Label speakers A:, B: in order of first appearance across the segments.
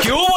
A: ¿Qué hubo,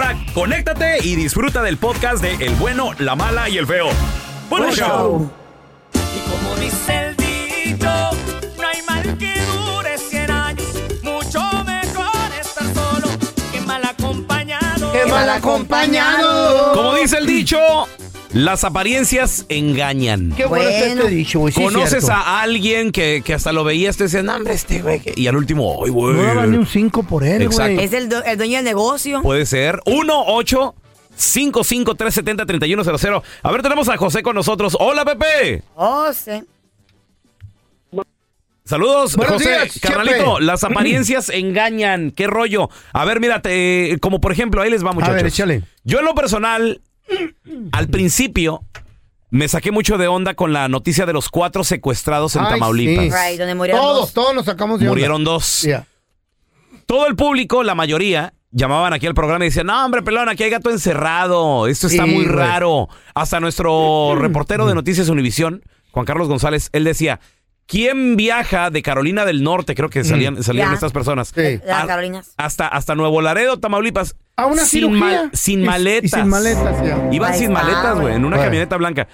A: conéctate y disfruta del podcast de El bueno, la mala y el feo. Buen
B: Buen
A: show.
B: Como dice el dicho, no hay mal que dure 100 años. Mucho mejor estar solo que mal acompañado.
C: ¡Qué mal acompañado!
A: Como dice el dicho, las apariencias engañan.
C: Qué bueno, está este dicho, güey. sí es
A: Conoces
C: cierto.
A: a alguien que, que hasta lo veías, te decían, "No, hombre, este güey. que-". Y al último, ¡ay, güey!
C: No daban ni un 5 por él,
A: Exacto.
C: güey.
D: Es el, du- el dueño del negocio.
A: Puede ser. 1 8 55 370 3100 A ver, tenemos a José con nosotros. Hola, Pepe.
D: Oh, sí.
A: Saludos,
C: Buenos
A: José.
C: días,
A: Carnalito,
C: Chepe.
A: las apariencias engañan. ¿Qué rollo? A ver, mírate, como por ejemplo, ahí les va, muchachos.
C: ver, échale.
A: Yo en lo personal, al principio, me saqué mucho de onda con la noticia de los cuatro secuestrados en
C: Ay,
A: Tamaulipas.
C: sí.
D: Right, donde murieron
C: Todos,
D: dos.
C: todos nos sacamos de onda.
A: Murieron dos.
C: Ya.
A: todo el público, la mayoría, llamaban aquí al programa y decían, no, hombre, pelón, aquí hay gato encerrado, esto está
C: Sí,
A: muy
C: güey. Mm.
A: raro. Hasta nuestro reportero de Noticias Univisión, Juan Carlos González, él decía, ¿quién viaja de Carolina del Norte? Creo que salían, salían
D: Ya.
A: estas personas.
C: Mm. Sí.
D: Las
A: A-
D: Carolinas.
A: Hasta, hasta Nuevo Laredo, Tamaulipas.
C: A una
A: sin,
C: cirugía.
A: sin
C: Y-
A: maletas.
C: Y sin maletas, ya.
A: Iban
D: Ahí
A: sin
D: está,
A: maletas, güey,
D: güey.
A: en una
C: Güey.
A: camioneta blanca.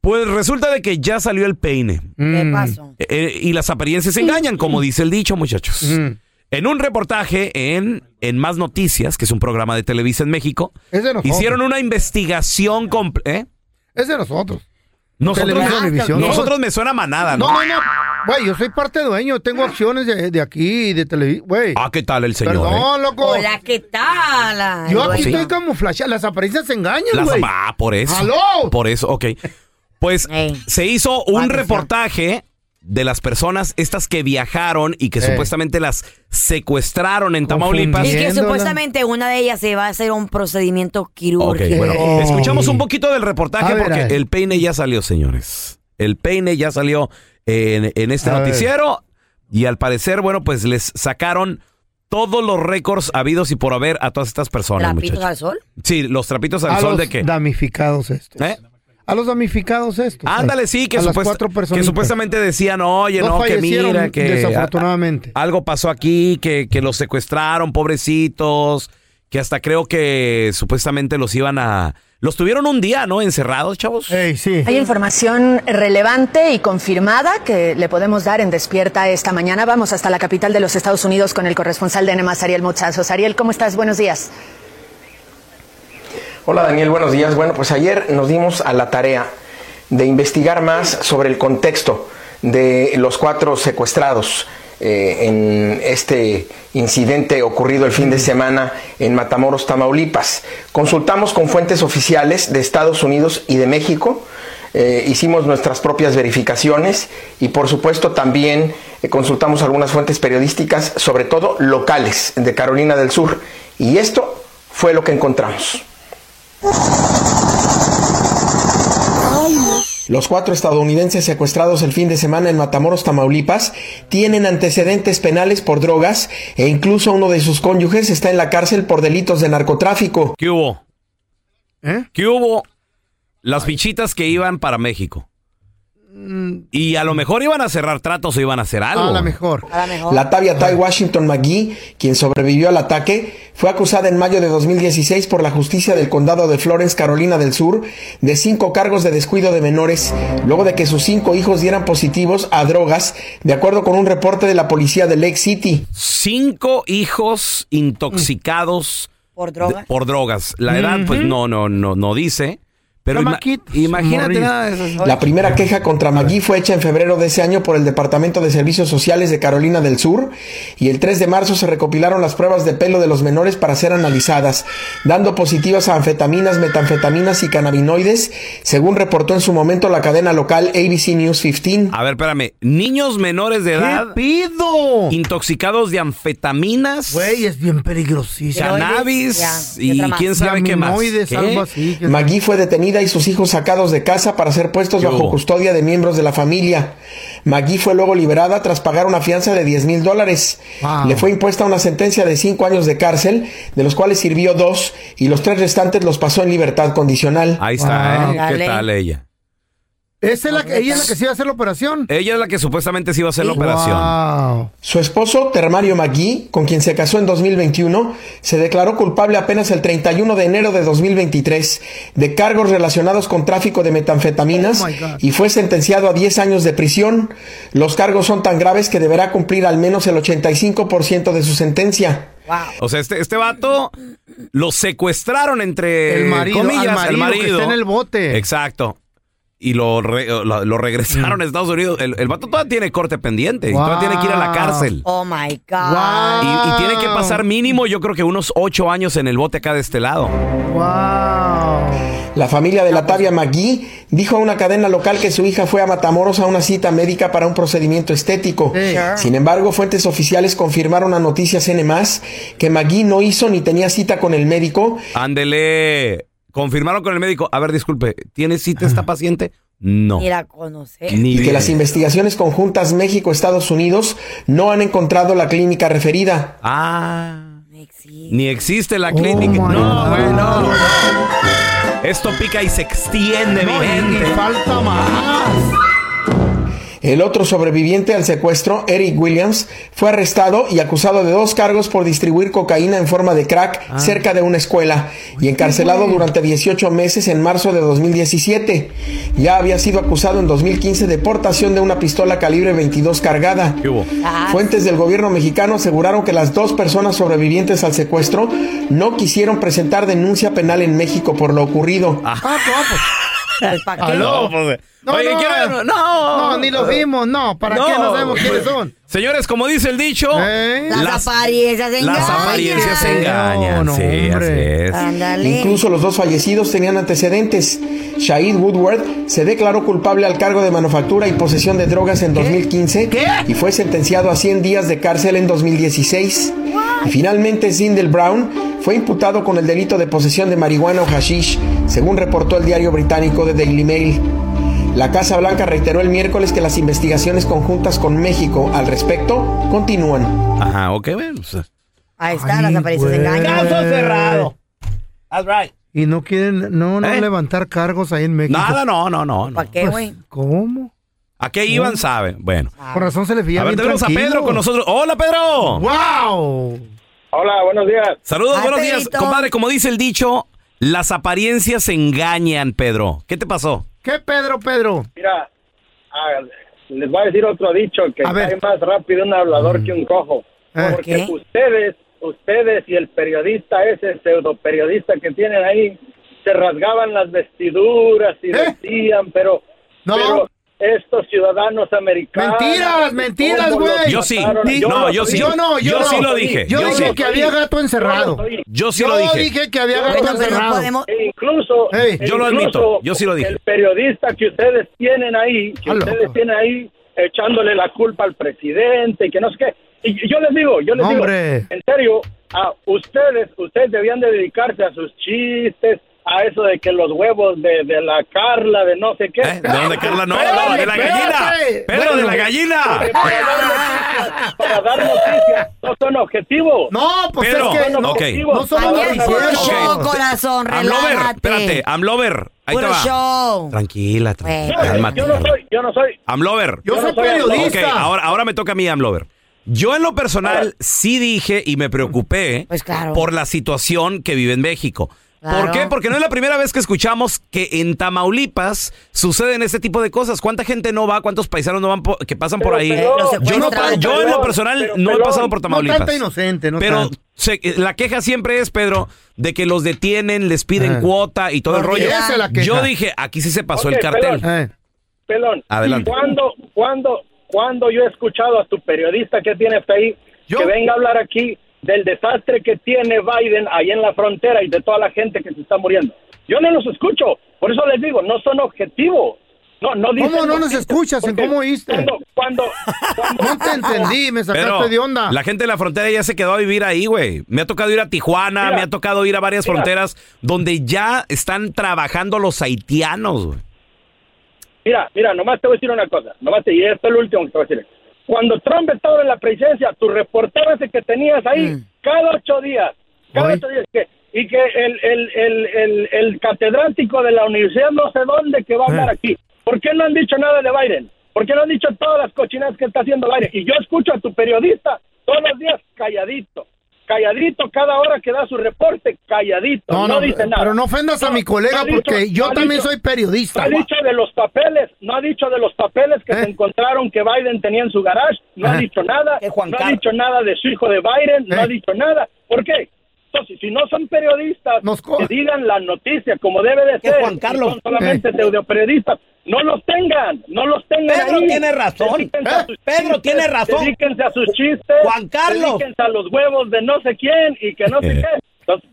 A: Pues resulta de que ya salió el peine.
D: ¿Qué
C: Mm,
D: pasó?
A: Eh, eh, y las apariencias engañan, como dice el dicho, muchachos.
C: mm.
A: En un reportaje en, en Más Noticias, que es un programa de Televisa en México,
C: Es de nosotros.
A: hicieron una investigación completa.
C: Es de nosotros.
A: Nosotros,
C: Televisa, Univisión.
A: nosotros me suena manada, Ah, ¿no?
C: No, no, no. Güey, yo soy parte dueño. Tengo acciones de, de aquí, de televisión. Güey.
A: Ah, ¿qué tal el señor? eh?
C: Perdón, loco.
D: Hola, ¿qué tal? Ay,
C: Yo aquí
D: bueno.
C: estoy camuflajeado. Las apariencias engañan,
A: Las-
C: güey.
A: ah, por eso.
C: ¡Aló!
A: Por eso, ok. Pues
D: Ey.
A: se hizo un
D: Atención.
A: reportaje de las personas estas que viajaron y que
C: Ey.
A: supuestamente las secuestraron en Tamaulipas.
D: Y que
C: Viéndola.
D: supuestamente una de ellas se va a hacer un procedimiento
A: Ok,
D: quirúrgico.
A: bueno,
C: Oh.
A: escuchamos un poquito del reportaje
C: A ver,
A: porque
C: a ver.
A: el peine ya salió, señores. El peine ya salió en, en este
C: A ver.
A: noticiero y al parecer, bueno, pues les sacaron todos los récords habidos y por haber a todas estas personas,
D: Trapitos
A: muchachos.
D: al sol.
A: Sí, los trapitos al
C: a
A: sol
C: los
A: de qué.
C: damnificados estos.
A: ¿Eh?
C: A los damnificados estos.
A: Ándale, sí, que,
C: a las
A: supuesta-
C: cuatro personas.
A: que supuestamente decían, oye,
C: Dos
A: no, que
C: fallecieron,
A: mira, que Ah,
C: desafortunadamente.
A: a- a- algo pasó aquí, que, que los secuestraron, pobrecitos, que hasta creo que supuestamente los iban a... Los tuvieron un día, ¿no? Encerrados, chavos.
C: Ey, sí.
E: Hay información relevante y confirmada que le podemos dar en Despierta esta mañana. Vamos hasta la capital de los Estados Unidos con el corresponsal de NMAS, Ariel Mochazos. Ariel, ¿cómo estás? Buenos días.
F: Hola Daniel, buenos días. Bueno, pues ayer nos dimos a la tarea de investigar más sobre el contexto de los cuatro secuestrados eh, en este incidente ocurrido el fin de semana en Matamoros, Tamaulipas. Consultamos con fuentes oficiales de Estados Unidos y de México. Eh, hicimos nuestras propias verificaciones y por supuesto también eh, consultamos algunas fuentes periodísticas, sobre todo locales de Carolina del Sur. Y esto fue lo que encontramos. Los cuatro estadounidenses secuestrados el fin de semana en Matamoros, Tamaulipas, tienen antecedentes penales por drogas e incluso uno de sus cónyuges está en la cárcel por delitos de narcotráfico.
A: ¿Qué hubo?
C: ¿Eh?
A: ¿Qué hubo? Las fichitas que iban para México. Y a lo mejor iban a cerrar tratos o iban a hacer algo.
C: Mm. A la mejor.
D: A lo mejor.
F: La Tavia Tai Washington McGee, quien sobrevivió al ataque, fue acusada en mayo de 2016 por la justicia del condado de Florence, Carolina del Sur, de cinco cargos de descuido de menores, luego de que sus cinco hijos dieran positivos a drogas, de acuerdo con un reporte de la policía de Lake City.
A: Cinco hijos intoxicados
D: Por drogas.
A: de- por drogas. La edad, pues no, no, no, no dice. Pero ima-
C: Chamaquitos,
A: imagínate
C: morrillos.
A: nada de eso.
F: La primera queja contra Magui fue hecha en febrero de ese año por el Departamento de Servicios Sociales de Carolina del Sur y el 3 de marzo se recopilaron las pruebas de pelo de los menores para ser analizadas, dando positivas a anfetaminas, metanfetaminas y cannabinoides, según reportó en su momento la cadena local ABC News 15.
A: A ver, espérame. Niños menores de
C: ¿Qué
A: edad
C: pido?
A: intoxicados de anfetaminas.
C: Güey, es bien peligrosísimo.
A: Cannabis
D: Ya, y
A: y
D: otra más.
A: quién sabe qué más.
C: Aminoides,
A: ¿Qué?
C: algo así. que-
F: Magui fue detenida y sus hijos sacados de casa para ser puestos
A: ¿Qué
F: bajo
A: hubo?
F: custodia de miembros de la familia. Magui fue luego liberada tras pagar una fianza de 10 mil dólares.
C: Wow.
F: Le fue impuesta una sentencia de cinco años de cárcel, de los cuales sirvió dos y los tres restantes los pasó en libertad condicional.
A: Ahí está,
C: Wow.
A: ¿eh? ¿Qué
D: Dale.
A: tal ella?
C: Esa es la, que- ella es la que se iba a hacer la operación.
A: Ella es la que supuestamente se iba a hacer la operación.
C: Wow.
F: Su esposo, Termario Magui, con quien se casó en 2021, se declaró culpable apenas el 31 de enero de 2023 de cargos relacionados con tráfico de metanfetaminas
C: Oh, my God.
F: y fue sentenciado a 10 años de prisión. Los cargos son tan graves que deberá cumplir al menos el 85% de su sentencia.
D: Wow.
A: O sea, este, este vato lo secuestraron entre
C: El marido,
A: comillas,
C: al marido que está en el bote.
A: Exacto. Y lo, re- lo, lo regresaron
C: Mm.
A: a Estados Unidos. El, el vato todavía tiene corte pendiente. y Todavía tiene que ir a la
C: Wow.
A: cárcel.
D: Oh my God.
C: Wow.
A: Y, y tiene que pasar mínimo, yo creo que unos ocho años en el bote acá de este lado.
C: Wow.
F: La familia de la Tavia Magui dijo a una cadena local que su hija fue a Matamoros a una cita médica para un procedimiento estético.
C: Sí.
F: Sin embargo, fuentes oficiales confirmaron a Noticias N+, que Magui no hizo ni tenía cita con el médico
A: Ándele. Confirmaron con el médico. A ver, disculpe, ¿tiene cita esta paciente? No.
D: Ni la conocer.
A: Ni
F: y que
A: idea.
F: las investigaciones conjuntas México-Estados Unidos no han encontrado la clínica referida.
A: Ah.
D: No existe.
A: Ni existe la
C: Oh
A: clínica.
C: my
A: no,
C: God.
A: güey, no, no. Esto pica y se extiende,
C: No,
A: mi
C: y-
A: gente.
C: y falta más.
F: El otro sobreviviente al secuestro, Eric Williams, fue arrestado y acusado de dos cargos por distribuir cocaína en forma de crack
A: Ah.
F: cerca de una escuela y encarcelado durante 18 meses en marzo de 2017. Ya había sido acusado en 2015 de portación de una pistola calibre 22 cargada.
A: ¿Qué hubo?
D: Ah,
F: Fuentes del gobierno mexicano aseguraron que las dos personas sobrevivientes al secuestro no quisieron presentar denuncia penal en México por lo ocurrido.
C: Ah, no, pues,
D: pues, ¿pa' qué?
C: ¿Aló?
A: No, pues,
C: No,
A: oye,
C: no,
A: quiero-
C: eh,
A: no. pues,
C: no, ni los vimos. No, ¿para qué? No sabemos quiénes son.
A: Señores, como dice el dicho,
C: ¿Eh?
D: Las, apariencias engañan.
A: las apariencias se engañan.
C: No, no,
A: sí,
C: hombre.
A: así es.
D: Ándale.
F: Incluso los dos fallecidos tenían antecedentes. Shahid Woodward se declaró culpable al cargo de manufactura y posesión de drogas en 2015 y fue sentenciado a 100 días de cárcel en 2016. Y finalmente Zindel Brown fue imputado con el delito de posesión de marihuana o hashish, según reportó el diario británico The Daily Mail. La Casa Blanca reiteró el miércoles que las investigaciones conjuntas con México al respecto continúan.
A: Ajá, ok, bueno. pues,
D: Ahí está,
C: Ay,
D: las apariencias
C: güey.
D: engañan.
C: Caso cerrado.
A: That's right.
C: Y no quieren, no, no
A: ¿Eh?
C: levantar cargos ahí en México. Pues,
A: Nada, no, no, no. no.
D: ¿Para qué, güey?
C: ¿Cómo?
A: ¿A qué iban? Saben. Bueno.
D: Ah.
C: Con razón se le veía
A: A
C: Ah,
A: ver,
C: bien
A: tenemos a
C: tranquilo.
A: Pedro con nosotros. Hola, Pedro.
C: ¡Wow!
G: Hola, buenos días.
A: Saludos,
D: Ay,
A: buenos días.
D: Pedrito.
A: Compadre, como dice el dicho, las apariencias se engañan, Pedro. ¿Qué te pasó?
C: ¿Qué Pedro, Pedro?
G: Mira, ah, les voy a decir otro dicho que
C: A ver. Mm.
G: cae más rápido un hablador que un cojo.
C: Eh.
G: Porque
D: ¿Qué?
G: ustedes, ustedes y el periodista ese pseudo periodista que tienen ahí se rasgaban las vestiduras y
C: ¿Eh?
G: decían, pero,
C: No.
G: pero estos ciudadanos americanos.
C: Mentiras, mentiras,
G: ¿cómo los
C: güey.
A: Yo sí.
G: mataron?
C: Di-
A: Yo no,
G: lo
A: yo sí.
G: soy.
C: Yo no, yo,
A: Yo
C: no.
A: sí lo dije,
C: Yo,
A: yo
C: dije
A: sí.
C: que había gato encerrado.
G: Yo lo soy.
A: Yo sí
C: Yo
A: lo dije.
C: dije que había gato
D: Bueno, pero no
C: encerrado.
D: podemos.
G: E incluso,
C: Ey.
G: e
A: Yo lo
G: incluso
A: admito, yo sí lo dije.
G: El periodista que ustedes tienen ahí, que
C: Aló.
G: ustedes tienen ahí echándole la culpa al presidente y que no sé qué. Y yo les digo, yo les
C: Hombre.
G: digo, en serio, a ustedes, ustedes debían de dedicarse a sus chistes, a eso de que los huevos de, de la Carla, de no sé qué.
A: ¿Eh? No, de Carla no, no, de la gallina. Pedro, de la gallina.
G: Para dar noticias, para dar noticias, no son objetivos.
C: No, pues
A: Pedro,
C: es que no,
A: ok.
C: no son
D: También
C: noticieros.
D: puro
A: Ok.
D: show, corazón,
A: Amlover,
D: relájate.
A: espérate, Amlover, ahí te
D: Puro
A: va.
D: show.
A: Tranquila, tranquila.
G: Yo-
A: cálmate.
G: Yo no soy, yo no soy.
A: Amlover.
C: Yo
G: Yo
C: soy
G: no soy el-
C: periodista.
A: Ok, ahora, ahora me toca a mí, Amlover. Yo en lo personal sí dije y me preocupé
D: Pues claro.
A: por la situación que vive en México. ¿Por
D: Claro.
A: qué? Porque no es la primera vez que escuchamos que en Tamaulipas suceden este tipo de cosas. ¿Cuánta gente no va? ¿Cuántos paisanos no van po- que pasan por
G: Pero
A: ahí?
G: Pelón,
D: Los
A: yo, no, pa-
D: secuestran.
A: yo en lo
G: Pelón,
A: personal
G: pero
A: no he
G: Pelón,
A: pasado por
C: No
A: Tamaulipas.
C: tanta inocente, no
A: Pero
C: tanta.
A: se- la queja siempre es, Pedro, de que los detienen, les piden
C: Ah.
A: cuota y todo el rollo.
C: Esa es la queja.
A: Yo dije, aquí sí se pasó
G: Ok,
A: el cartel.
G: Pelón.
C: Eh.
G: Pelón,
A: Adelante.
G: ¿cuándo, cuándo, cuándo yo he escuchado a tu periodista que tienes ahí
C: Yo.
G: que venga a hablar aquí del desastre que tiene Biden ahí en la frontera y de toda la gente que se está muriendo? Yo no los escucho, por eso les digo, no son objetivos. No, no dicen
C: ¿Cómo no nos
G: noticias,
C: escuchas? ¿En
G: porque
C: cómo oíste?
G: Cuando, cuando, cuando-
C: No te entendí, me sacaste
A: Pero
C: de onda.
A: la gente de la frontera ya se quedó a vivir ahí, güey. Me ha tocado ir a Tijuana,
G: Mira,
A: me ha tocado ir a varias
G: mira.
A: fronteras donde ya están trabajando los haitianos, güey.
G: Mira, mira, nomás te voy a decir una cosa, nomás te, y esto es lo último que te voy a decir. Cuando Trump estaba en la presidencia, tu reportero ese que tenías ahí,
C: Mm.
G: cada ocho días, cada
C: Ay.
G: ocho días, que- y que el, el, el, el, el catedrático de la universidad no sé dónde que va a hablar
C: Ah.
G: aquí. ¿Por qué no han dicho nada de Biden? ¿Por qué no han dicho todas las cochinadas que está haciendo Biden? Y yo escucho a tu periodista todos los días calladito, calladito cada hora que da su reporte, calladito,
C: No,
G: no,
C: no,
G: dice nada.
C: pero no ofendas a mi colega
G: ha dicho-
C: porque yo
G: no ha
C: también soy periodista.
G: No ha dicho de los papeles, no ha dicho de los papeles que
C: ¿Eh?
G: se encontraron que Biden tenía en su garage, no
C: Ajá.
G: ha dicho nada,
B: Que Juan
G: no ha
B: Carlos.
G: dicho nada de su hijo de Biden, no
C: ¿Eh?
G: ha dicho nada. ¿Por qué? Entonces, si no son periodistas,
C: Nos co-
G: que digan la noticia como debe de
B: Que
G: ser.
B: Juan Carlos.
G: si son solamente
C: ¿Eh?
G: pseudoperiodistas. No los tengan, no los tengan.
B: Pedro
G: ahí.
B: tiene razón.
G: Dedíquense a
C: ¿Eh?
G: sus
B: Pedro
G: chistes,
B: tiene razón.
G: Dedíquense a sus chistes.
B: Juan Carlos.
G: Dedíquense a los huevos de no sé quién y que no
C: Eh.
G: sé qué. Entonces,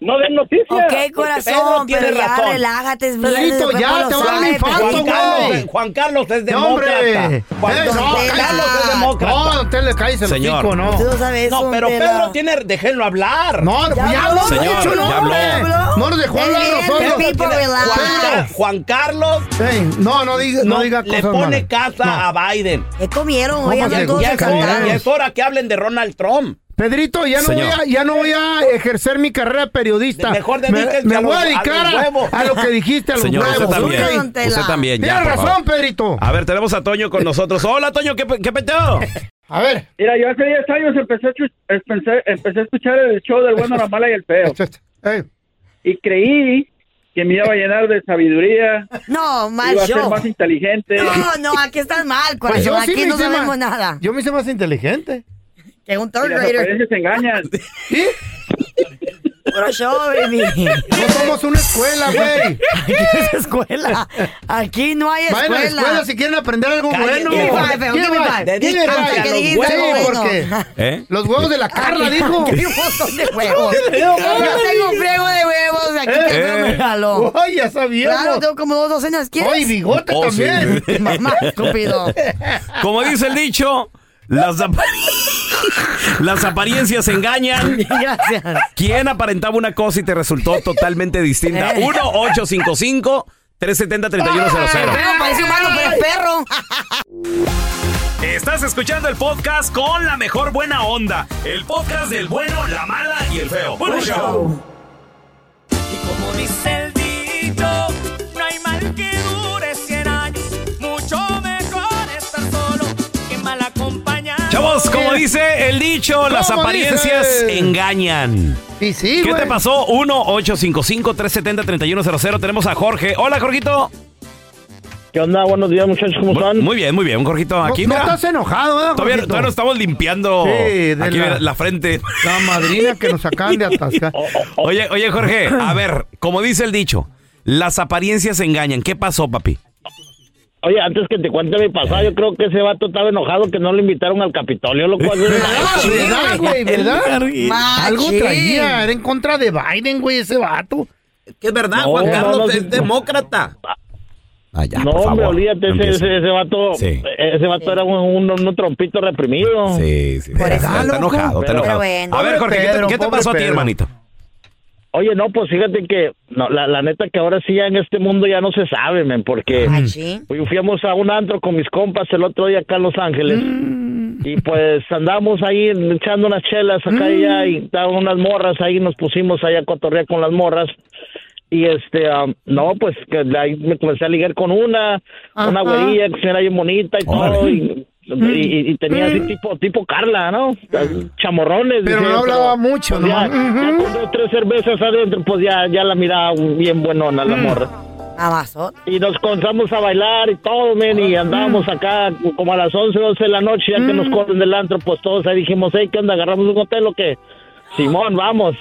G: no den noticias.
D: Ok,
B: Pedro
D: corazón,
B: tiene
D: pero ya
B: razón.
D: relájate. es
C: Pedrito,
D: viernes, el
C: ya,
D: cuerpo
C: te
D: lo
C: va a dar un
D: sabe,
C: infarto,
D: Pedrito.
B: Juan Carlos,
C: güey.
B: es- Juan Carlos es
C: No, hombre.
B: demócrata. Juan,
C: Eh, no,
B: Juan
D: Tela.
B: Carlos es demócrata.
C: No, usted le cae el
A: Señor.
C: pico, no.
D: Tú no sabes
B: No,
D: eso,
B: pero
D: Tela.
B: Pedro tiene, déjenlo hablar.
C: No,
D: Ya
C: ya
D: habló,
C: habló,
A: señor,
C: de hecho, no,
A: ya habló.
C: hombre. No nos dejó
D: Es
C: hablar a
D: viernes,
C: nosotros.
D: people,
B: Juan, Car-
D: relax.
B: Juan Carlos
C: Ey, no, no diga, no,
B: no,
C: diga
B: le
C: cosas
B: pone
C: malas.
B: casa a Biden.
D: ¿Qué comieron?
C: No,
D: Hoy
C: porque
D: andan todos
B: Ya es, hora,
C: Callaron.
B: ya
D: encañonados.
B: es hora que hablen de Ronald Trump.
C: Pedrito, ya no, voy
A: Señor.
C: a, ya no voy a ejercer mi carrera de periodista.
B: De- mejor
C: me,
B: dedíquense
C: me
B: a
C: voy a
B: los- a
C: dedicar
B: los
C: a,
B: huevos.
C: a lo que dijiste, a los
A: Señor, usted
C: huevos.
A: también.
D: Oiga, don
C: ok.
D: Tela.
A: Usted también, ya,
C: Tienes
A: por favor.
C: razón, Pedrito.
A: A ver, tenemos a Toño con nosotros. Hola, Toño, ¿qué, pe- qué peteo?
C: A ver.
G: Mira, yo hace 10 años empecé a, chu- empecé, empecé a escuchar el show del bueno, la mala y el feo.
C: Ey,
G: Y creí que me iba a llenar de sabiduría,
D: No,
B: Ah,
D: mal
G: iba a ser
D: show.
G: más inteligente.
D: No, no, aquí estás mal,
C: pues
D: corazón.
C: yo sí
D: aquí
C: me
D: no
C: hice
D: sabemos
C: más-
D: nada.
C: Yo me hice más inteligente.
D: Que un
G: Y
D: third
G: las
D: grader.
G: apariencias engañan.
C: ¿Sí?
D: Puro show, baby.
C: No somos una escuela, güey.
D: es escuela? Aquí no hay
C: Vayan a la escuela
D: escuela.
C: si quieren aprender algo
B: Cállate.
C: bueno.
B: Give me
D: five,
C: ¿Quién
D: give me
C: va?
D: five.
C: ¿Quién
B: Dedícate
C: va?
B: a los
C: Sí,
D: huevos.
C: porque
A: ¿Eh?
C: los huevos de la Carla, dijo.
D: Aquí hay un montón de huevos.
C: digo,
D: Yo tengo un friego de huevos. Aquí tengo
A: Eh.
D: un regalo.
C: Ay, ya
D: Claro,
C: sabíamos.
D: tengo como dos docenas.
C: Ay,
D: ¿Quieres?
C: bigote
A: Oh, sí.
C: también.
D: Mamá, estúpido.
A: Como dice el dicho, las, apa- las apariencias engañan.
D: Gracias.
A: ¿Quién aparentaba una cosa y te resultó totalmente distinta?
D: Eh.
A: 1-855-370-3100.
D: Pero parece humano, pero es perro.
A: Estás escuchando el podcast con la mejor buena onda. El podcast del bueno, la mala y el feo. Bueno, show.
B: Y como dice el dicho, no hay mal que dure 100 años. Mucho mejor estar solo que mal acompañado.
A: Chavos, como dice el dicho, las
C: ¿Cómo
A: apariencias
C: dice?
A: engañan.
C: Y sí,
A: ¿Qué
C: güey.
A: te pasó? 1-855-370-3100. Tenemos a Jorge. Hola, Jorgito.
G: ¿Qué onda? Buenos días, muchachos, ¿cómo
A: Muy,
G: están?
A: muy bien, muy bien, Jorgito. Aquí,
C: no, no
A: mira,
C: estás enojado, ¿eh?
A: todavía,
C: Jorgito?
A: todavía nos estamos limpiando
C: Sí, de
A: aquí
C: la-
A: mira, la frente.
C: La madrina que nos acaban de atascar.
A: Oye, oye, Jorge, a ver, como dice el dicho, las apariencias engañan. ¿Qué pasó, papi?
G: Oye, antes que te cuente mi pasado, yo creo que ese vato estaba enojado que no le invitaron al Capitolio, lo cual es
C: ¿Verdad, verdad, güey? ¿Verdad?
A: Ah,
D: Machín.
C: Algo traía. Era en contra de Biden, güey, ese vato.
B: Que es verdad,
G: No, no, no, sí.
B: demócrata.
A: Ah, ya,
G: No,
A: por favor.
G: hombre, olvídate,
A: no
G: ese,
A: empieces.
G: ese, ese vato,
A: Sí.
G: ese vato era un, un, un trompito reprimido.
A: Sí, sí.
D: Por
A: está,
D: eso,
A: está
D: loco.
A: enojado, está
G: Pero
A: enojado.
D: bueno.
A: A ver,
C: Pobre
A: Jorge, ¿qué te-
C: Pedro,
A: ¿qué te
C: pobre
A: pasó a ti,
C: Pedro.
A: hermanito?
H: Oye, no, pues fíjate que no, la, la neta que ahora sí ya en este mundo ya no se sabe, men, porque
D: Ay, sí.
H: fui- fuimos a un antro con mis compas el otro día acá en Los Ángeles
C: Mm.
H: y pues andamos ahí echando unas chelas acá y allá y
C: Mm.
H: estaban unas morras ahí, nos pusimos ahí a cotorrear con las morras y este, am, no, pues que de ahí me comencé a ligar con una,
I: Ajá.
H: una güerilla que era bien bonita y todo y,
C: Mm.
H: y- y tenía así tipo, tipo Carla, ¿no? Chamorrones.
C: Pero
H: dije,
C: no hablaba
H: pero-
C: mucho,
H: pues ya,
C: nomás, ujú.
H: ya con dos, tres cervezas adentro, pues ya, ya la miraba bien buenona
C: Mm.
H: la morra. Y nos comenzamos a bailar y todo, men, y andábamos acá como a las 11, 12 de la noche, ya que nos corren del antro, pues todos ahí dijimos, hey, ¿qué onda? ¿Agarramos un hotel o qué? Simón, vamos.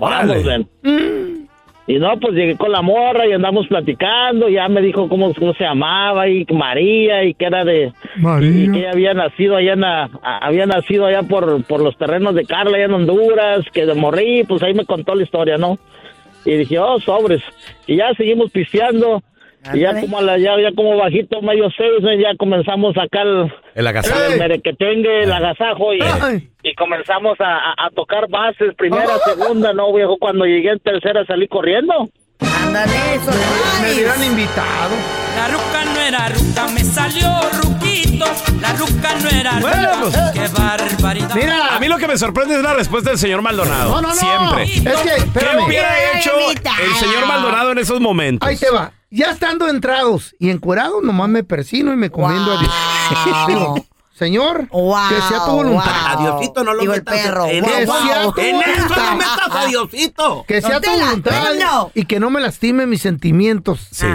H: Vamos, men. Y no, pues llegué con la morra y andamos platicando, ya me dijo cómo, cómo se llamaba y María y que era de... Y que ella había nacido allá, en la- a- había nacido allá por, por los terrenos de Carla, allá en Honduras, que de morí, pues ahí me contó la historia, ¿no? Y dije, oh, sobres. Y ya seguimos pisteando. Y ya como, a la- ya, ya como bajito, medio seis, ¿no? ya comenzamos a sacar el,
A: El agasajo.
H: el merequetengue, el agasajo. Y, y comenzamos a, a- a tocar bases, primera, segunda, ¿no, viejo? Cuando llegué en tercera salí corriendo.
D: Ándale, eso.
C: Me hubieran invitado.
B: La ruca no era ruca, me salió ruquito. La ruca no era ruca.
A: Bueno, pues.
B: Qué barbaridad.
A: A mí lo que me sorprende es la respuesta del señor Maldonado.
C: No, no, no.
A: Siempre.
C: Es que,
A: ¿Qué
C: espérame.
A: hubiera hecho el señor Maldonado en esos momentos?
C: Ahí te va. Ya estando entrados y encuerados, nomás me persino y me comiendo a Dios. Digo, señor,
D: Wow,
C: que sea tu voluntad.
D: wow.
J: Diosito no lo
D: Digo el
J: metas
D: perro.
J: en
D: Guau,
C: Que
D: guau.
C: sea tu
J: En eso
C: voluntad.
J: no metas a Diosito.
C: Que sea tu
D: Don Tela,
C: voluntad
D: no.
C: y que no me lastime mis sentimientos.
A: Sí.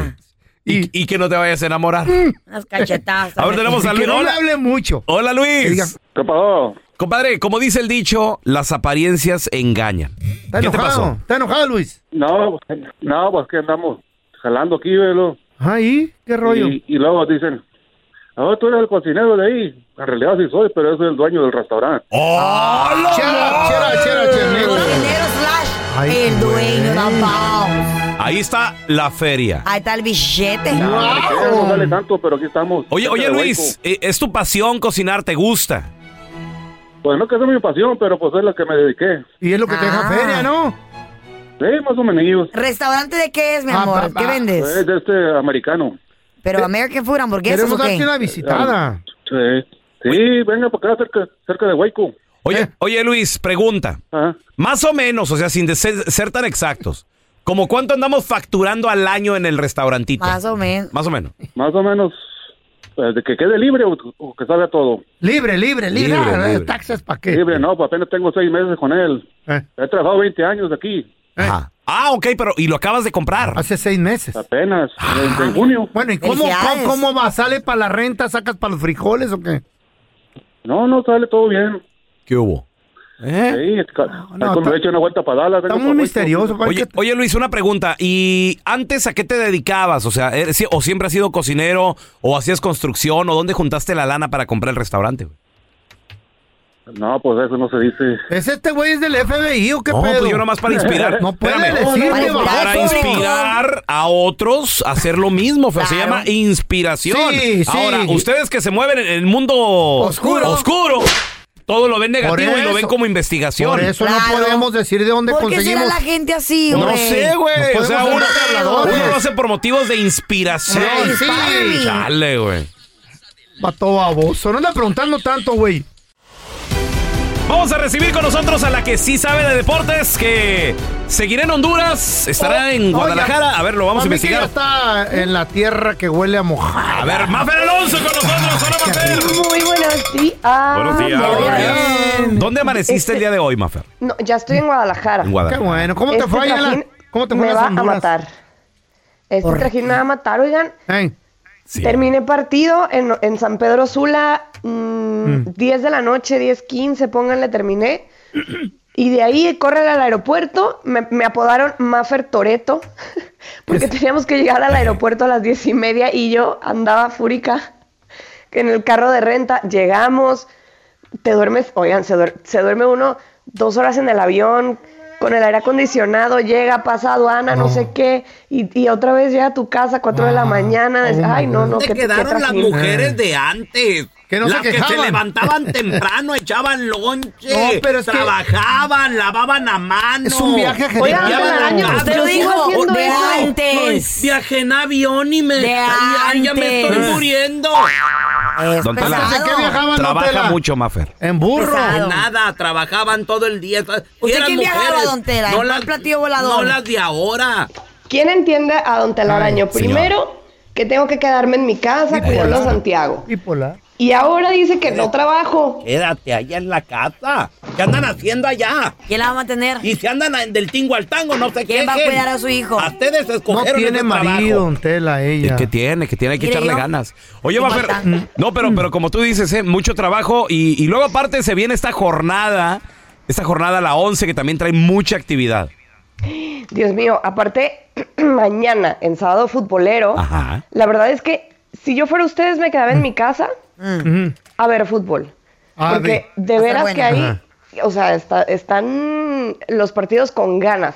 A: Y, y que no te vayas a enamorar.
D: Unas cachetazas.
A: A ver, tenemos
C: Mm. Y
A: a
C: que
A: Luis.
C: no le
A: Hola,
C: hable mucho.
A: hola,
C: Que diga,
A: Luis.
H: ¿Qué pasó?
A: Compadre, como dice el dicho, las apariencias engañan.
C: Está
A: ¿Qué te
C: enojado.
A: pasó?
C: Está enojado, Luis.
K: No, no, pues que andamos jalando aquí, velo.
C: Ahí, qué rollo.
K: Y, y luego dicen, ah, tú eres el cocinero de ahí. En realidad sí soy, pero yo soy el dueño del restaurante.
A: Oh.
C: Ah.
A: ¡Hola!
C: Chera, chera, chera, chernero.
D: Cocinero slash
C: Ay,
D: el dueño tampoco.
A: Ahí está la feria.
C: Ah,
D: Ahí está el billete.
K: No, hombre, que ya no sale tanto, pero aquí estamos.
A: Oye, oye,
K: Cerca de
A: Luis,
K: Huayco.
A: eh, ¿es tu pasión cocinar? ¿Te gusta?
K: Pues no que sea mi pasión, pero pues es la que me dediqué.
C: Y es lo que te deja
D: Ah.
C: feria, ¿no?
K: Sí, más o menos.
D: ¿Restaurante de qué es, mi
C: Ah,
D: amor?
C: papá.
D: ¿Qué vendes?
G: Pues,
K: Es de este americano.
D: ¿Pero American Food hamburguesas o
C: Queremos darte
D: qué?
C: una visitada.
K: Sí, sí venga para acá, cerca, cerca de Huayco.
A: Oye,
C: Eh.
A: oye, Luis, pregunta.
K: Ajá.
A: Más o menos, o sea, sin de ser, ser tan exactos. ¿Como cuánto andamos facturando al año en el restaurantito?
D: Más o menos.
A: Más o menos.
C: Eh.
K: Más o menos, pues, de que quede libre o, o que salga todo.
C: Libre, libre, libre.
A: Libre,
C: Ah,
A: libre.
C: ¿Taxas para
A: Eh.
C: qué?
K: Libre, no, pues apenas tengo seis meses con él.
C: Eh,
K: He trabajado 20 años aquí,
A: Ajá. Ah, ok, pero y lo acabas de comprar.
C: hace seis meses.
K: apenas,
A: Ah.
K: en, en junio.
C: Bueno, ¿y cómo,
D: Felicidades.
C: cómo, cómo va? ¿Sale para la renta? ¿Sacas para los frijoles o qué?
K: No, no, sale todo bien.
A: ¿Qué hubo? ¿Eh?
K: Sí, es ca-
C: No,
K: cuando
C: está-
K: he hecho una vuelta para Dallas. vengo
C: Está
K: para
C: muy
K: Huayco.
C: misterioso. pa'
A: Oye,
C: que-
A: oye, Luis, una pregunta. ¿Y antes a qué te dedicabas? O sea, eres- ¿o siempre has sido cocinero? ¿O hacías construcción? ¿O dónde juntaste la lana para comprar el restaurante? güey?
K: No, pues eso no se dice.
C: ¿Es este güey es del FBI o qué
A: No,
C: pedo?
A: pues yo nomás para inspirar.
C: No puede
A: Espérame.
C: decir
D: Para
C: que va-
D: inspirar.
A: Para
D: Al público.
A: inspirar a otros a hacer lo mismo. fe, Se
D: Claro.
A: llama inspiración.
C: Sí, sí.
A: Ahora, ustedes que se mueven en el mundo
C: Oscuro.
A: oscuro, todo lo ven
C: Por
A: negativo y lo
C: eso.
A: ven como investigación.
C: Por eso
D: Claro.
C: no podemos decir de dónde
D: ¿Por qué será
C: conseguimos.
D: la gente así,
A: No
D: hombre?
A: sé,
C: No
A: güey. O
C: podemos
A: sea,
C: ser
A: uno,
C: habladores.
A: uno lo hace por motivos de inspiración.
C: Ay, sí.
D: Ay.
A: Chale, güey.
C: Pato baboso. No anda preguntando tanto, güey.
A: Vamos a recibir con nosotros a la que sí sabe de deportes, que seguirá en Honduras, estará en Guadalajara. a ver, lo vamos a
C: mí que
A: investigar.
C: ya está en la tierra que huele a mojado.
A: A ver, Mafer Alonso con nosotros. Hola, Mafer.
I: Muy buenos días.
A: Buenos días.
I: Muy
A: Buenos
I: bien.
A: días. ¿Dónde amaneciste el día de hoy, Mafer?
I: No, ya estoy en Guadalajara.
A: En
C: Qué
A: Guadalajara.
C: bueno. ¿Cómo te
I: Este
C: fue allá en la-
I: trajín
C: ¿Cómo te fue
I: Me
C: en
I: va
C: las
I: a
C: Honduras?
I: matar. Este
D: Por-
I: trajín me va a matar, oigan.
C: Ey,
A: Sí.
I: Terminé partido en, en San Pedro Sula, mm, 10 de la noche, 10.15, pónganle, terminé. Y de ahí correr al aeropuerto, me, me apodaron Maffer Toreto, porque teníamos que llegar al aeropuerto a las 10 y media y yo andaba fúrica que en el carro de renta. Llegamos, te duermes, oigan, se, duer- se duerme uno dos horas en el avión, con con el aire acondicionado, llega, pasa aduana, no sé qué, y, y otra vez llega a tu casa a 4 de la mañana. des- Pues, Ay, no, no,
B: ¿Dónde
I: qué qué
B: quedaron las
I: trajín.
B: mujeres de antes?
I: Que no se
B: las que se
I: quejaban.
B: levantaban temprano, echaban lonche,
C: No, pero es que-
B: trabajaban, lavaban a mano.
C: Es un viaje a Oiga, Jericó. don Telaraño, usted lo dijo, de antes.
B: Viaje en avión y me,
C: De
B: y- ay, ya me
C: antes.
B: estoy muriendo.
A: Don
B: pesado.
A: Tela,
B: ¿De qué viajaban, don
A: trabaja
B: Tela?
A: mucho, Maffer.
C: En
B: En Nada, trabajaban todo el día. Y eran
I: quién viajaba,
B: mujeres,
I: don Tela?
B: No
I: ¿En
B: las,
I: cuál platillo volador?
B: no las de ahora.
I: ¿Quién entiende a don Telaraño?
B: Ay, señor.
I: Primero, que tengo que quedarme en mi casa cuidando a Santiago. Y ahora dice que no trabajo.
B: Quédate allá en la casa. ¿Qué andan haciendo allá?
D: ¿Quién la va a mantener?
B: Y si andan a- del tingo al tango, no se
D: ¿Quién va a
B: quejen.
D: cuidar a su hijo?
B: A ustedes
C: No
B: escogieron
C: tiene
B: ese
C: marido,
B: trabajo.
C: don Tela, ella.
A: ¿Qué tiene? Que tiene hay que
B: Mire,
A: echarle
B: yo-
A: ganas. Oye,
B: Y
A: Maffer,
B: falta.
A: no, pero, pero como tú dices, ¿eh? mucho trabajo y, y luego aparte se viene esta jornada, esta jornada la 11 que también trae mucha actividad.
I: Dios mío, aparte, mañana, en sábado futbolero,
A: Ajá.
I: la verdad es que si yo fuera ustedes me quedaba en mi casa a ver fútbol.
C: Ah,
I: Porque
C: de-
I: de
C: Está
I: veras
C: Mm. bueno.
I: que ahí,
C: Ajá.
I: o sea, está- están los partidos con ganas.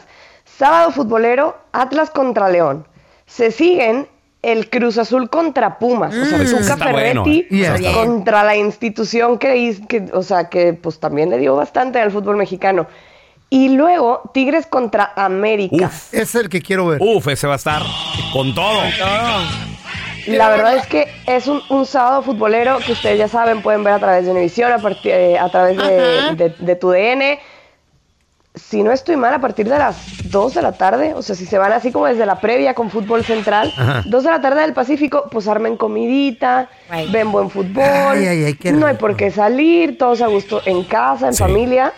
I: Sábado futbolero, Atlas contra León. Se siguen el Cruz Azul contra Pumas. O sea,
C: Mm. Eso
I: Tuca
C: está bueno,
I: Ferretti
C: ¿eh? Eso está
I: contra la institución que, hiz- que, o sea, que pues también le dio bastante al fútbol mexicano. Y luego Tigres contra América.
C: Es el que quiero ver.
A: Uf, ese va a estar con todo.
I: La verdad es que es un, un sábado futbolero que ustedes ya saben, pueden ver a través de Univisión, a, parti- eh, a través de, de, de tu DN. Si no estoy mal, a partir de las 2 de la tarde, o sea, si se van así como desde la previa con fútbol central,
C: Ajá.
I: 2 de la tarde del Pacífico, pues armen comidita, ven buen fútbol,
C: Ay, ay, ay, qué
I: no hay por qué salir, todos a gusto en casa, en familia,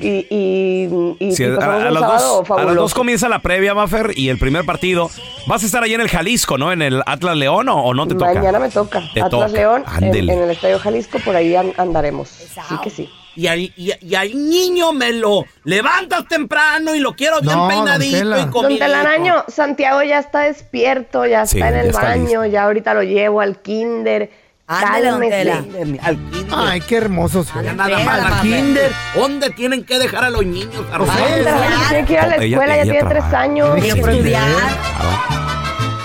I: y, y, y-
A: Sí,
I: y
A: a,
I: pasamos
A: a
I: un
A: las
I: sábado
A: dos, a las
I: fabuloso.
A: dos comienza la previa, Maffer, y el primer partido. ¿Vas a estar allá en el Jalisco, no? ¿En el Atlas León o, o no te toca?
I: Mañana me toca.
A: Te
I: Atlas
A: toca.
I: León en,
A: Ándele.
I: en el Estadio Jalisco, por ahí an- andaremos. Así que sí.
B: Y al, y, y al niño me lo levantas temprano y lo quiero bien
I: No, don
B: peinadito y
I: Don
B: comidito.
I: Telaraño, Santiago ya está despierto, ya
B: Sí,
I: está en
B: ya
I: el
B: está
I: baño, ya ahorita lo llevo al kinder.
B: Ándale, don
I: Cálmese.
B: Tela.
C: Ay, qué hermoso. se ve.
B: Ya nada más.
C: Al
B: Al
C: kinder.
B: ¿Dónde tienen que dejar a los niños?
A: Pues
I: Ay, Telaraño tiene que ir a la
B: Ella-
I: escuela, ya
B: ella
I: tiene tres
B: trabaja.
I: años.
B: Tiene que aprender.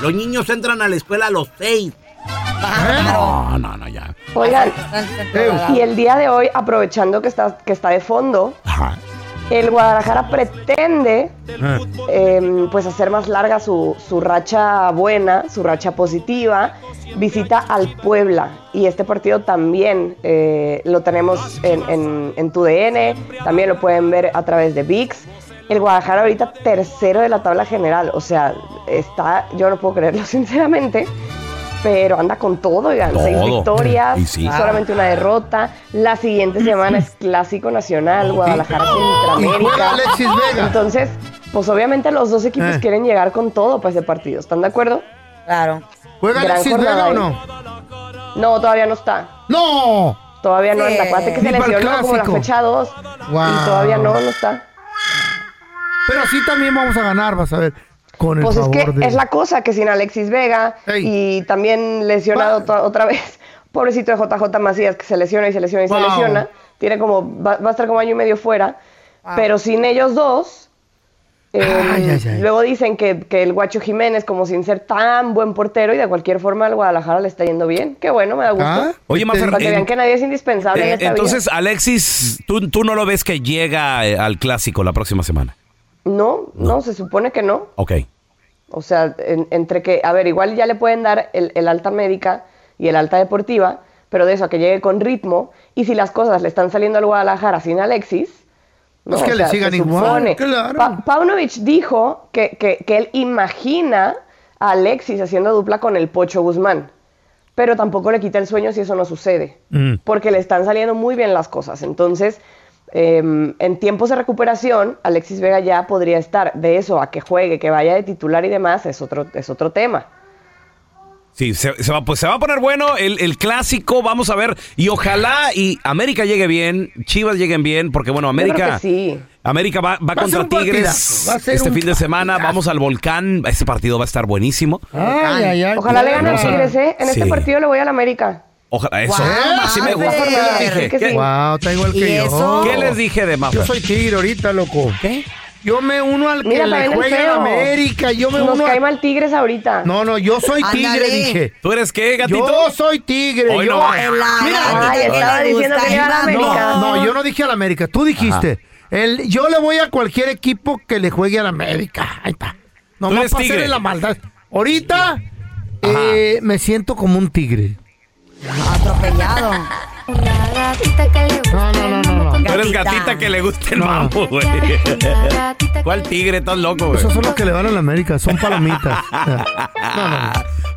B: Los niños entran a la escuela a los seis.
A: Ah. No, no, no, ya.
I: Oigan, y el día de hoy, aprovechando que está, que está de fondo, el Guadalajara pretende em, pues hacer más larga su, su racha buena, su racha positiva. Visita al Puebla y este partido también eh, lo tenemos en, en, en tu DN, también lo pueden ver a través de VIX. El Guadalajara ahorita tercero de la tabla general, o sea, está, yo no puedo creerlo sinceramente, pero anda con todo, oigan, seis
B: Todo.
I: victorias,
B: Y sí.
I: solamente una derrota. La siguiente semana es Clásico Nacional, Guadalajara
C: Y juega
I: contra
C: Alexis Vega.
I: América. Entonces, pues obviamente los dos equipos
C: Eh.
I: quieren llegar con todo para ese partido, ¿están de acuerdo? Claro.
C: ¿Juega Alexis Vega o no?
I: No, todavía no está.
C: ¡No!
I: Todavía no
C: Sí.
I: anda. Acuérdate que
C: Ni
I: se
C: para el
I: lesionó como la
C: clásico.
I: fecha 2
C: Wow.
I: y todavía no, no está.
C: Pero sí también vamos a ganar, vas a ver. Con el
I: Pues es
C: favor
I: que
C: de...
I: es la cosa que sin Alexis Vega y también lesionado to- otra vez, pobrecito de JJ Macías que se lesiona y se lesiona y se
C: Wow.
I: lesiona, tiene como va, va a estar como año y medio fuera, pero sin ellos dos eh,
C: Ay, ay, ay.
I: luego dicen que, que el Guacho Jiménez como sin ser tan buen portero y de cualquier forma al Guadalajara le está yendo bien, qué bueno, me da gusto.
A: Ah, oye, Mafer,
I: para que
A: en-
I: vean que nadie es indispensable en
A: Eh,
I: esta vida.
A: entonces, Alexis, tú, tú no lo ves que llega eh, al clásico la próxima semana.
I: No, no, se supone que no.
A: Ok.
I: O sea, en- entre que, a ver, igual ya le pueden dar el, el alta médica y el alta deportiva, pero de eso a que llegue con ritmo, y si las cosas le están saliendo al Guadalajara sin Alexis,
C: Pues que le sigan
I: se
C: igual, claro.
I: Pa- Paunovic dijo que, que- que él imagina a Alexis haciendo dupla con el Pocho Guzmán, pero tampoco le quita el sueño si eso no sucede porque le están saliendo muy bien las cosas. Entonces, eh, en tiempos de recuperación, Alexis Vega ya podría estar. De eso a que juegue, que vaya de titular y demás, es otro, es otro tema.
A: Sí, se, se va, pues se va a poner bueno el, el clásico, vamos a ver. Y ojalá y América llegue bien, Chivas lleguen bien, porque bueno,
I: creo
A: América...
I: que sí.
A: América va,
I: Va a
A: va
I: ser
A: contra
I: un partidazo,
A: Tigres
I: va a ser
A: este
I: un
A: fin de semana. Vamos al volcán. Este partido va a estar buenísimo.
I: Ojalá le gane a
A: Vamos a-
I: Tigres, ¿eh? En este
A: sí.
I: partido le voy al América.
A: Ojalá eso.
C: Guau,
A: sí me
C: madre.
A: gusta.
C: Así
A: dije.
C: que sí. Guau, está igual que ¿Y yo. eso?
A: ¿Qué les dije de más?
C: Yo soy tigre ahorita, loco.
A: ¿Qué?
C: Yo me uno al que
I: Mira,
C: le
I: también el
C: juegue a
I: feo.
C: América. Yo me
I: Nos
C: uno
I: cae
C: al...
I: mal Tigres ahorita.
C: No, no, yo soy tigre,
I: Ándale.
C: dije.
A: ¿Tú eres qué, gatito?
C: Yo soy tigre.
A: Hoy
C: yo...
A: no va.
I: Ay, estaba diciendo que le iba a la América.
C: No, no, yo no dije al América. Tú dijiste. El, yo le voy a cualquier equipo que le juegue al América. Ahí está. Nomás
A: eres
C: para
A: tigre.
C: hacerle la maldad. Ahorita eh, me siento como un tigre.
D: Atropellado.
J: Una gatita que le gusta. No, no, no,
A: Tú eres gatita que le gusta el mambo, güey. ¿Cuál tigre? Estás loco, güey.
C: Esos son los que le van al América. Son palomitas.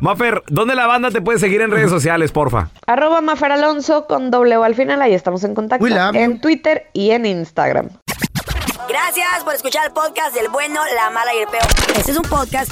A: Mafer, ¿dónde la banda te puede seguir en redes sociales, porfa?
I: Arroba Mafer Alonso con doble O al final, ahí estamos en contacto. En Twitter y en Instagram.
D: Gracias por escuchar el podcast del bueno, la mala y el peor. Este es un podcast